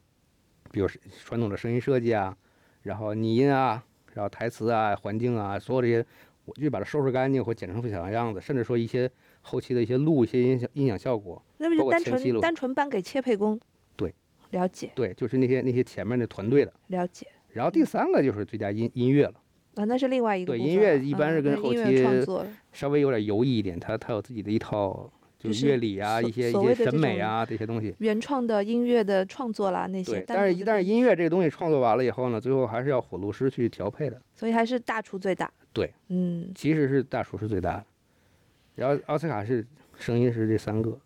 Speaker 2: 比如是传统的声音设计啊，然后拟音啊，然后台词啊、环境啊，所有这些，我就把它收拾干净或剪成不想的样子，甚至说一些后期的一些录一些音响音响效果。
Speaker 1: 那么
Speaker 2: 包
Speaker 1: 就
Speaker 2: 括
Speaker 1: 单
Speaker 2: 前期
Speaker 1: 纯
Speaker 2: 了
Speaker 1: 单纯颁给切配工。
Speaker 2: 对，
Speaker 1: 了解
Speaker 2: 对，就是那些那些前面的团队的。
Speaker 1: 了解
Speaker 2: 然后第三个就是最佳音音乐了，
Speaker 1: 啊，那是另外一个
Speaker 2: 对
Speaker 1: 部分
Speaker 2: 音
Speaker 1: 了
Speaker 2: 乐一般
Speaker 1: 嗯
Speaker 2: 是跟
Speaker 1: 那
Speaker 2: 后
Speaker 1: 音乐创
Speaker 2: 期
Speaker 1: 作了
Speaker 2: 稍微有点游弋一点，它它有自己的一套就
Speaker 1: 就是
Speaker 2: 乐理啊，
Speaker 1: 所
Speaker 2: 一些一
Speaker 1: 所谓的
Speaker 2: 些
Speaker 1: 这
Speaker 2: 审美
Speaker 1: 种
Speaker 2: 啊这些东西。
Speaker 1: 原创的音乐的创作啦那些
Speaker 2: 对，，但是一但是音乐这个东西创作完了以后呢，最后还是要火炉师去调配的，
Speaker 1: 所以还是大厨最大。
Speaker 2: 对，
Speaker 1: 嗯，
Speaker 2: 其实是大厨是最大的，然后奥斯卡是声音是这三个，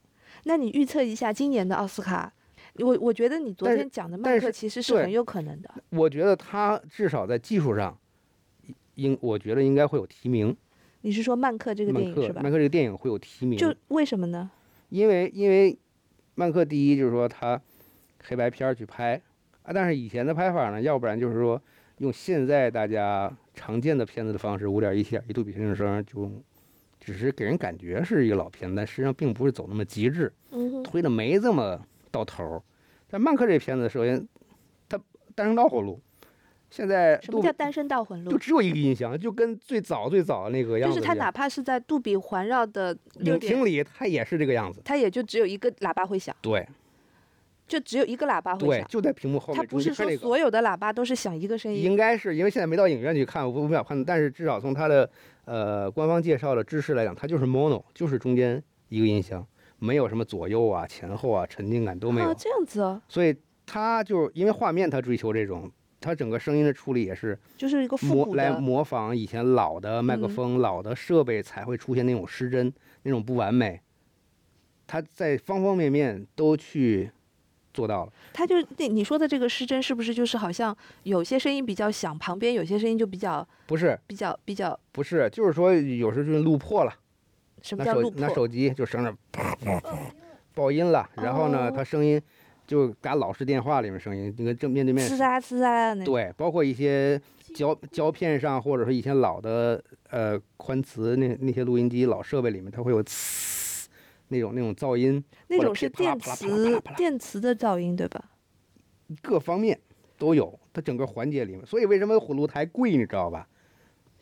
Speaker 1: 那你预测一下今年的奥斯卡？我我觉得你昨
Speaker 2: 但
Speaker 1: 天
Speaker 2: 是
Speaker 1: 讲的
Speaker 2: 但
Speaker 1: 麦克
Speaker 2: 是
Speaker 1: 其实是
Speaker 2: 对
Speaker 1: 很有可能的，
Speaker 2: 我觉得他至少在技术上，应我觉得应该会有提名。
Speaker 1: 你是说曼克这个
Speaker 2: 曼
Speaker 1: 电影
Speaker 2: 克
Speaker 1: 是吧
Speaker 2: 曼？克这个电影会有提名，
Speaker 1: 就为什么呢？
Speaker 2: 因为因为曼克第一就是说他黑白片儿去拍啊，但是以前的拍法呢，要不然就是说用现在大家常见的片子的方式，五点一、七点一度比平行声，就只是给人感觉是一个老片子，但实际上并不是走那么极致，
Speaker 1: 嗯哼，
Speaker 2: 推的没这么到头儿。但曼克这片子，首先它单声道火路，现在
Speaker 1: 什么
Speaker 2: 杜
Speaker 1: 叫单声道混
Speaker 2: 就
Speaker 1: 录？
Speaker 2: 只有一个音箱，就跟最早最早那个样
Speaker 1: 就
Speaker 2: 子一
Speaker 1: 是
Speaker 2: 样。
Speaker 1: 它哪怕是在杜比环绕的六
Speaker 2: 影
Speaker 1: 点，
Speaker 2: 厅里，它也是这个样子。
Speaker 1: 它也就只有一个喇叭会响，
Speaker 2: 对
Speaker 1: 就只有一个喇叭会
Speaker 2: 对，
Speaker 1: 响。
Speaker 2: 就在屏幕后
Speaker 1: 它
Speaker 2: 面
Speaker 1: 不
Speaker 2: 中
Speaker 1: 是
Speaker 2: 间
Speaker 1: 说
Speaker 2: 那个。
Speaker 1: 所有的喇叭都是响一个声音，
Speaker 2: 应该是因为现在没到影院去看，我不不想判断。但是至少从它的呃官方介绍的知识来讲，它就是 mono，就是中间一个音箱，没有什么左右啊、前后啊、沉浸感都没有。
Speaker 1: 啊，这样子哦，
Speaker 2: 所以它就因为画面，它追求这种，它整个声音的处理也是
Speaker 1: 就是一个复
Speaker 2: 模
Speaker 1: 古
Speaker 2: 来
Speaker 1: 的，嗯
Speaker 2: 模仿以前老的麦克风、老的设备才会出现那种失真、那种不完美。它在方方面面都去做到了。
Speaker 1: 它就那你说的这个失真是不是就是好像有些声音比较响，旁边有些声音就比较
Speaker 2: 不是
Speaker 1: 比较比较
Speaker 2: 不是，就是说有时候就是录破了，
Speaker 1: 什么叫
Speaker 2: 拿手
Speaker 1: 录
Speaker 2: 拿
Speaker 1: 破？
Speaker 2: 手机就声着
Speaker 3: 爆音了
Speaker 2: 爆音了，然后呢，
Speaker 1: 哦
Speaker 2: 它声音就打老式电话里面声音，那个正面对面
Speaker 1: 呲啦呲啦的啊那种。
Speaker 2: 对，包括一些胶胶片上，或者说以前老的呃宽磁那那些录音机老设备里面，它会有呲那种那种噪音，
Speaker 1: 那
Speaker 2: 或者
Speaker 1: 种是
Speaker 2: 噼啪啦
Speaker 1: 电
Speaker 2: 啪啦啪啦啪啦
Speaker 1: 磁
Speaker 2: 啪啦
Speaker 1: 电磁的噪音，对吧？
Speaker 2: 各方面都有，它整个环节里面。所以为什么火炉台贵，你知道吧？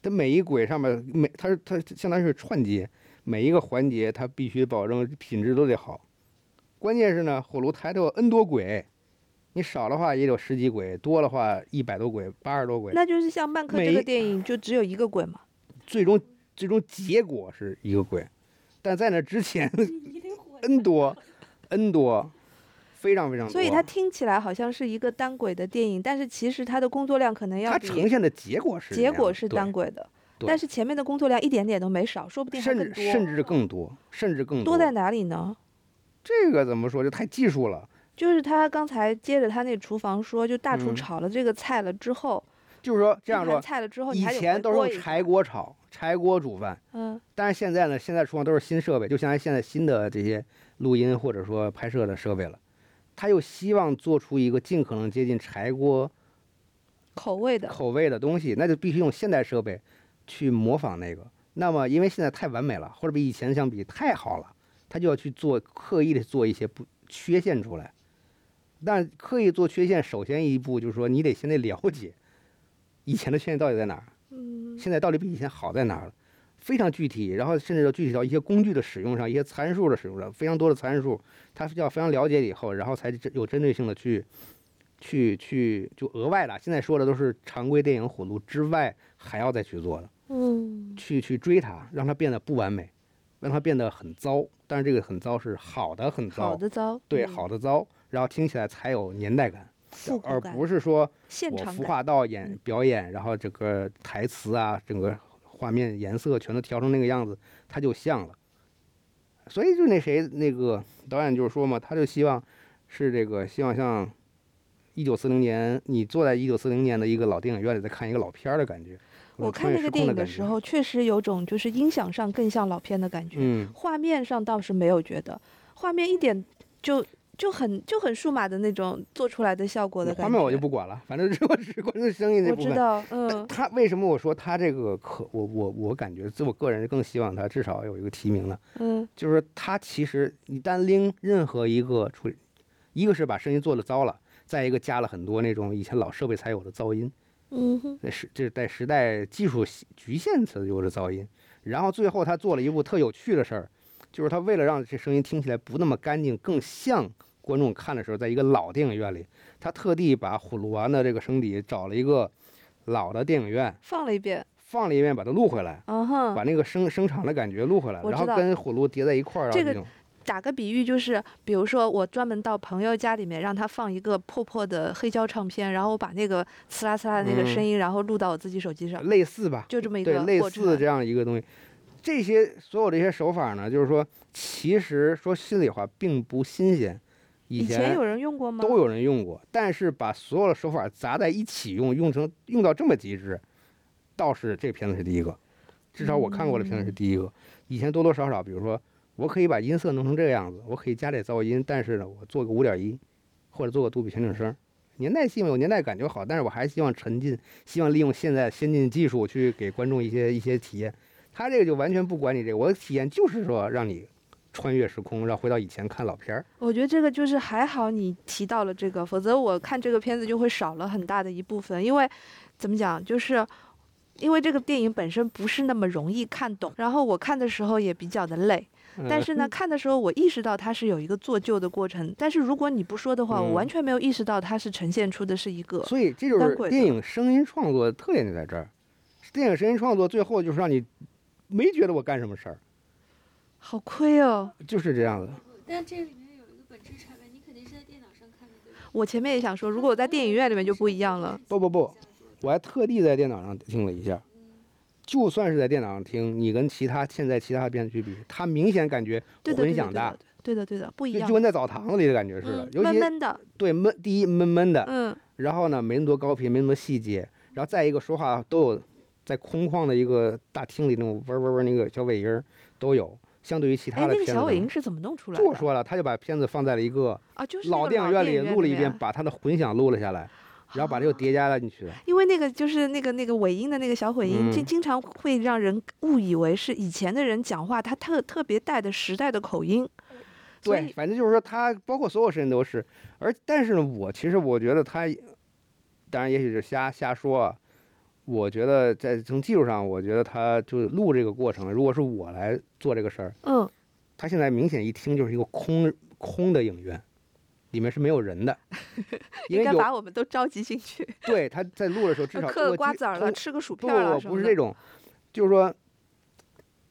Speaker 2: 它每一轨上面每它是它相当于是串接，每一个环节它必须保证品质都得好。关键是呢，火炉台它有 N 多轨，你少的话也有十几轨，多的话一百多轨、八十多轨。
Speaker 1: 那就是像曼克这
Speaker 2: 每
Speaker 1: 个
Speaker 2: 一
Speaker 1: 电影就只有一个鬼嘛，
Speaker 2: 最终最终结果是一个轨，但在那之前
Speaker 3: 你得火
Speaker 2: N 多 N 多，非常非常多。
Speaker 1: 所以它听起来好像是一个单轨的电影，但是其实它的工作量可能要
Speaker 2: 它呈
Speaker 1: 比
Speaker 2: 现的结果是这
Speaker 1: 结
Speaker 2: 样
Speaker 1: 果
Speaker 2: 的
Speaker 1: 是
Speaker 2: 对
Speaker 1: 单轨的，
Speaker 2: 对
Speaker 1: 但是前面的工作量一点点都没少，说不定还
Speaker 2: 甚
Speaker 1: 更
Speaker 2: 至
Speaker 1: 多。
Speaker 2: 甚至更多，甚至更
Speaker 1: 多在哪里呢？
Speaker 2: 这个怎么说？这太技术了。
Speaker 1: 就是他刚才接着他那厨房说，就大厨
Speaker 2: 嗯
Speaker 1: 炒了这个菜了之后，
Speaker 2: 就是说这样
Speaker 1: 盘
Speaker 2: 说，
Speaker 1: 菜了之后，你
Speaker 2: 以
Speaker 1: 还得
Speaker 2: 前
Speaker 1: 回
Speaker 2: 都
Speaker 1: 锅
Speaker 2: 是
Speaker 1: 一
Speaker 2: 用
Speaker 1: 下
Speaker 2: 柴，锅炒、柴锅煮饭，
Speaker 1: 嗯，
Speaker 2: 但是现在呢，现在厨房都是新设备，就相当于现在新的这些录音或者说拍摄的设备了。他又希望做出一个尽可能接近柴锅
Speaker 1: 口味的，
Speaker 2: 口味的东西，那就必须用现代设备去模仿那个。那么，因为现在太完美了，或者比以前相比太好了，他就要去做刻意的做一些不缺陷出来。但刻意做缺陷，首先一步就是说，你得先得了解以前的缺陷到底在哪儿，
Speaker 1: 嗯，
Speaker 2: 现在到底比以前好在哪儿了，非常具体。然后甚至要具体到一些工具的使用上，一些参数的使用上，非常多的参数，他要非常了解以后，然后才真有针对性的去去去就额外的。现在说的都是常规电影火炉之外还要再去做的，
Speaker 1: 嗯，
Speaker 2: 去去追它，让它变得不完美，让它变得很糟。但是这个很糟是好的很糟，
Speaker 1: 好的糟，
Speaker 2: 对
Speaker 1: 嗯
Speaker 2: 好的糟，然后听起来才有年代感，
Speaker 1: 复古
Speaker 2: 而
Speaker 1: 感，
Speaker 2: 不是说
Speaker 1: 现
Speaker 2: 我
Speaker 1: 场
Speaker 2: 服
Speaker 1: 感，
Speaker 2: 化道演
Speaker 1: 嗯
Speaker 2: 表演，然后整个台词啊，整个画面颜色全都调成那个样子，它就像了。所以就那谁那个导演就是说嘛，他就希望是这个希望像一九四零年，你坐在一九四零年的一个老电影院里，在看一个老片儿的感觉。
Speaker 1: 我看
Speaker 2: 穿
Speaker 1: 那个
Speaker 2: 越时
Speaker 1: 电
Speaker 2: 空
Speaker 1: 影
Speaker 2: 的
Speaker 1: 的
Speaker 2: 感
Speaker 1: 时
Speaker 2: 觉，
Speaker 1: 候，确实有种就是音响上更像老片的感觉，
Speaker 2: 嗯，
Speaker 1: 画面上倒是没有觉得，画面一点就就很就很数码的那种做出来的效果的感觉。
Speaker 2: 画面我就不管了，反正这个是关注声音这
Speaker 1: 我
Speaker 2: 部
Speaker 1: 知
Speaker 2: 分。
Speaker 1: 道，
Speaker 2: 但
Speaker 1: 嗯，
Speaker 2: 他为什么我说他这个可我我我感觉，自我个人更希望他至少有一个提名呢？
Speaker 1: 嗯，
Speaker 2: 就是他其实你单拎任何一个处理，一个是把声音做的糟了，再一个加了很多那种以前老设备才有的噪音，
Speaker 1: 嗯哼，
Speaker 2: 那时这是在时代技术局限才有的噪音。然后最后他做了一部特有趣的事儿，就是他为了让这声音听起来不那么干净，更像观众看的时候，在一个老电影院里，他特地把《虎鲁安》的这个声底找了一个老的电影院
Speaker 1: 放了一遍，
Speaker 2: 放了一遍，把它录回来。
Speaker 1: 嗯哼，
Speaker 2: 把那个声声场的感觉录回来了，
Speaker 1: 我
Speaker 2: 然
Speaker 1: 知
Speaker 2: 后
Speaker 1: 道
Speaker 2: 跟火炉叠在一块儿，然
Speaker 1: 这
Speaker 2: 后
Speaker 1: 个
Speaker 2: 种
Speaker 1: 打个比喻，就是比如说我专门到朋友家里面，让他放一个破破的黑胶唱片，然后我把那个呲啦呲啦的那个声音，然后录到我自己手机上，
Speaker 2: 类似吧，
Speaker 1: 就这么一
Speaker 2: 嗯对
Speaker 1: 个
Speaker 2: 类
Speaker 1: 过
Speaker 2: 似
Speaker 1: 程。
Speaker 2: 这样一个东西。这些所有这些手法呢，就是说，其实说心里话，并不新鲜，
Speaker 1: 以前有人用过吗？
Speaker 2: 都有人用过，但是把所有的手法砸在一起用，用成用到这么极致，倒是这片子是第一个，至少我看过的片子是第一个。以前多多少少，比如说我可以把音色弄成这个样子，我可以加点噪音，但是呢，我做个五点一，或者做个杜比全景声。年代性有年代感就好，但是我还希望沉浸，希望利用现在先进技术去给观众一些一些体验。他这个就完全不管你这个，我的体验就是说让你穿越时空，让回到以前看老片儿。
Speaker 1: 我觉得这个就是还好你提到了这个，否则我看这个片子就会少了很大的一部分。因为怎么讲，就是因为这个电影本身不是那么容易看懂，然后我看的时候也比较的累。但
Speaker 2: 嗯
Speaker 1: 是呢，看的时候我意识到它是有一个做旧的过程，但是如果你不说的话，我
Speaker 2: 嗯
Speaker 1: 完全没有意识到它是呈现出的是一个。
Speaker 2: 所以这就
Speaker 1: 单
Speaker 2: 是
Speaker 1: 轨
Speaker 2: 电
Speaker 1: 的
Speaker 2: 影声音创作的特点就在这儿。电影声音创作最后就是让你没觉得我干什么事儿，
Speaker 1: 好亏哦！
Speaker 2: 就是这样的。
Speaker 3: 但这里面有一个本质差别，你肯定是在电脑上看的，对吧？
Speaker 1: 我前面也想说，如果我在电影院里面就不一样了。
Speaker 2: 不不不，我还特地在电脑上听了一下，
Speaker 3: 嗯
Speaker 2: 就算是在电脑上听，你跟其他现在其他的编剧比，他明显感觉
Speaker 1: 对的，对
Speaker 2: 混
Speaker 1: 的，
Speaker 2: 响
Speaker 1: 对
Speaker 2: 大
Speaker 1: 的，，对的，对的，不一
Speaker 2: 就
Speaker 1: 样
Speaker 2: 就。跟在澡堂子里的感觉似的
Speaker 1: 嗯。
Speaker 2: 尤
Speaker 1: 闷
Speaker 2: 其
Speaker 1: 闷的，
Speaker 2: 对闷，第一闷闷的，
Speaker 1: 嗯，
Speaker 2: 然后呢没那么多高频，没那么多细节，然后再一个说话都有在空旷的一个大厅里那种嗡嗡嗡那个小尾音儿都有。相对于其他
Speaker 1: 哎，
Speaker 2: 的
Speaker 1: 那个
Speaker 2: 片子
Speaker 1: 小
Speaker 2: 呢
Speaker 1: 尾音是怎么弄出来的？
Speaker 2: 就说了，他就把片子放在了一个
Speaker 1: 啊，就是那
Speaker 2: 老
Speaker 1: 个
Speaker 2: 电影院里录了一
Speaker 1: 电影院
Speaker 2: 遍，
Speaker 1: 面，啊
Speaker 2: 把他的混响录了下来，然后把这个叠加了进去。
Speaker 1: 因为那个就是那个那个尾音的那个小混音，经、
Speaker 2: 嗯
Speaker 1: 经常会让人误以为是以前的人讲话，他特特别带的时代的口音。所
Speaker 2: 对，
Speaker 1: 以
Speaker 2: 反正就是说他包括所有事情都是，而但是呢，我其实我觉得他，当然也许是瞎瞎说啊。我觉得在从技术上，我觉得他就是录这个过程，如果是我来做这个事儿，
Speaker 1: 嗯，
Speaker 2: 他现在明显一听就是一个空空的影院，里面是没有人 的，
Speaker 1: 应
Speaker 2: 因为
Speaker 1: 该
Speaker 2: 有
Speaker 1: 把我们都召集进去，
Speaker 2: 对他在录的时候至少
Speaker 1: 嗑
Speaker 2: 我
Speaker 1: 瓜
Speaker 2: 记
Speaker 1: 子儿
Speaker 2: 通
Speaker 1: 了，吃个薯
Speaker 2: 不
Speaker 1: 片儿了
Speaker 2: 不
Speaker 1: 什
Speaker 2: 不
Speaker 1: 么
Speaker 2: 是
Speaker 1: 的
Speaker 2: 这种，就是说，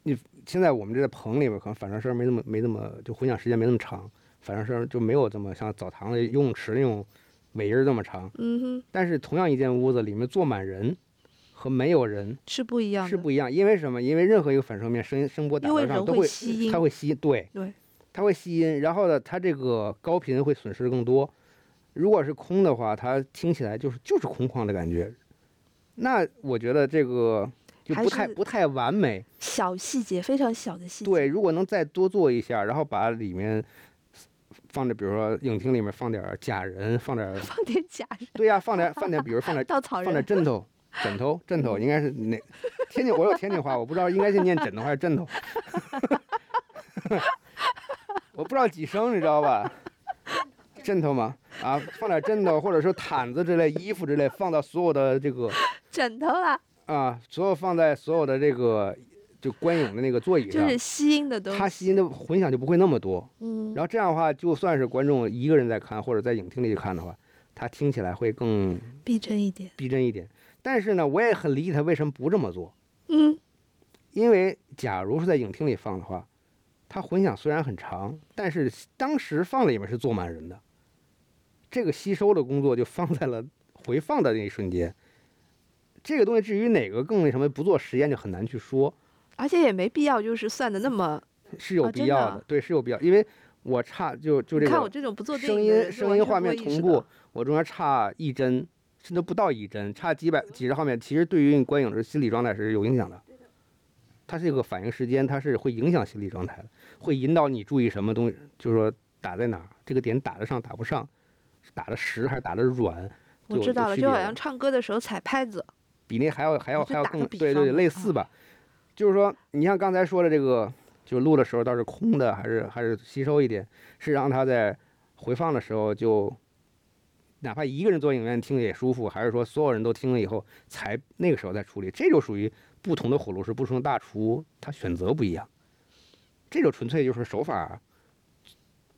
Speaker 2: 你现在我们这在棚里边，可能反射声没那么没那么，就混响时间没那么长，反射声就没有这么像澡堂里游泳池那种尾音儿那么长。
Speaker 1: 嗯哼，
Speaker 2: 但是同样一间屋子里面坐满人和没有人
Speaker 1: 是不一样的，
Speaker 2: 是不一样，因为什么？因为任何一个反射面声音声波打
Speaker 1: 因为
Speaker 2: 到上
Speaker 1: 人
Speaker 2: 都会，
Speaker 1: 吸音
Speaker 2: 它，会吸对
Speaker 1: 对，
Speaker 2: 它会吸音，然后呢，它这个高频会损失更多。如果是空的话，它听起来就是就是空旷的感觉。那我觉得这个就
Speaker 1: 还
Speaker 2: 不太
Speaker 1: 是
Speaker 2: 不太完美。
Speaker 1: 小细节非常小的细节，
Speaker 2: 对，如果能再多做一下，然后把里面放着，比如说影厅里面放点儿假人，放点儿
Speaker 1: 放点假人、
Speaker 2: 对呀、放点放点，比如放点
Speaker 1: 稻草
Speaker 2: 放点
Speaker 1: 人，
Speaker 2: 枕头，枕头枕头应该是哪？天津我有天津话，我不知道应该是念枕头还是枕头， 我不知道几声，你知道吧？枕头吗？啊，放点枕头，或者说毯子之类、衣服之类，放到所有的这个
Speaker 1: 枕头啦，
Speaker 2: 啊，所有放在所有的这个就观影的那个座椅
Speaker 1: 就
Speaker 2: 上
Speaker 1: 是，吸音的东
Speaker 2: 它
Speaker 1: 西，
Speaker 2: 吸音的混响就不会那么多。
Speaker 1: 嗯，
Speaker 2: 然后这样的话，就算是观众一个人在看，或者在影厅里看的话，他听起来会更
Speaker 1: 逼真一点，
Speaker 2: 逼真一点。但是呢，我也很理解他为什么不这么做，
Speaker 1: 嗯，
Speaker 2: 因为假如是在影厅里放的话，它混响虽然很长，但是当时放里面是坐满人的，这个吸收的工作就放在了回放的那一瞬间。这个东西至于哪个更那什么，不做实验就很难去说，
Speaker 1: 而且也没必要就是算的那么，
Speaker 2: 是有
Speaker 1: 啊
Speaker 2: 必
Speaker 1: 真
Speaker 2: 要
Speaker 1: 的
Speaker 2: 的，
Speaker 1: 啊
Speaker 2: 对，是有必要，因为我差就就这
Speaker 1: 你看我
Speaker 2: 个
Speaker 1: 这种不做电
Speaker 2: 声
Speaker 1: 影的人
Speaker 2: 音
Speaker 1: 是
Speaker 2: 声
Speaker 1: 完
Speaker 2: 音
Speaker 1: 全
Speaker 2: 画
Speaker 1: 不会
Speaker 2: 面
Speaker 1: 意识
Speaker 2: 同步
Speaker 1: 到，
Speaker 2: 我中间差一帧，甚至不到一帧，差几百几十毫秒，其实对于你观影的心理状态是有影响的。它是一个反应时间，它是会影响心理状态的，会引导你注意什么东西，就是说打在哪儿，这个点打得上打不上，是打的实还是打的软，
Speaker 1: 我
Speaker 2: 就
Speaker 1: 知道了，
Speaker 2: 区
Speaker 1: 就
Speaker 2: 别
Speaker 1: 好
Speaker 2: 了
Speaker 1: 像唱歌的时候踩拍子，
Speaker 2: 比那还要还要
Speaker 1: 就
Speaker 2: 还要
Speaker 1: 打个
Speaker 2: 更
Speaker 1: 比
Speaker 2: 对对
Speaker 1: 方嗯
Speaker 2: 对
Speaker 1: 嘛
Speaker 2: 类似吧。就是说，你像刚才说的这个，就录的时候倒是空的，还是还是吸收一点，是让他在回放的时候就，哪怕一个人坐影院听也舒服，还是说所有人都听了以后才那个时候再处理，这就属于不同的火炉是不同的大厨，他选择不一样，这就纯粹就是手法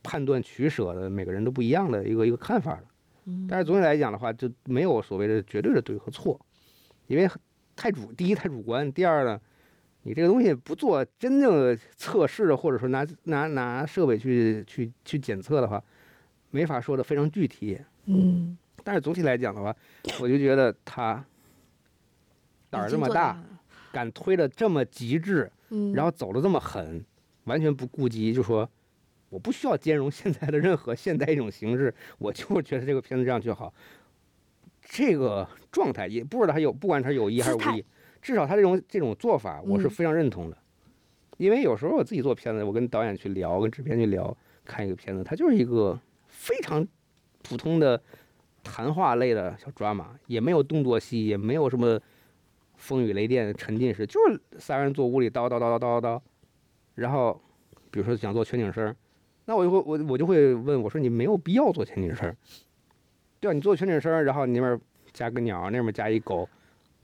Speaker 2: 判断取舍的每个人都不一样的一个一个看法了。
Speaker 1: 嗯，
Speaker 2: 但是总体来讲的话，就没有所谓的绝对的对和错，因为很太主第一太主观，第二呢，你这个东西不做真正的测试，或者说拿拿拿设备去去去检测的话，没法说的非常具体。
Speaker 1: 嗯，
Speaker 2: 但是总体来讲的话，我就觉得他胆儿这么大，，敢推的这么极致，
Speaker 1: 嗯，
Speaker 2: 然后走的这么狠，完全不顾及就说我不需要兼容现在的任何现代一种形式，我就是觉得这个片子这样就好。这个状态也不知道他有，不管他有意还是
Speaker 1: 姿态
Speaker 2: 无意，至少他这种这种做法，我是
Speaker 1: 嗯
Speaker 2: 非常认同的。因为有时候我自己做片子，我跟导演去聊，跟制片去聊，看一个片子，它就是一个非常普通的谈话类的小 drama，也没有动作戏，也没有什么风雨雷电沉浸式，就是三人坐屋里叨叨叨叨叨叨叨，然后比如说想做全景声，那我就会我我就会问我说你没有必要做全景声，对啊，你做全景声，然后你那边加个鸟，那边加一狗，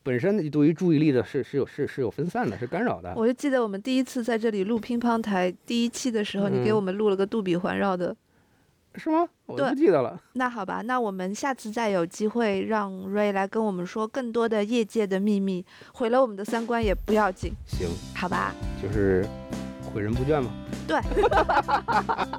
Speaker 2: 本身对于注意力的是是有是是有分散的，是干扰的。
Speaker 1: 我就记得我们第一次在这里录乒乓台第一期的时候，你给
Speaker 2: 嗯
Speaker 1: 我们录了个杜比环绕的。
Speaker 2: 是吗？我都
Speaker 1: 对
Speaker 2: 不记得了。
Speaker 1: 那好吧，那我们下次再有机会让 Ray 来跟我们说更多的业界的秘密，毁了我们的三观也不要紧，
Speaker 2: 行，
Speaker 1: 好吧？
Speaker 2: 就是毁人不倦嘛。
Speaker 1: 对。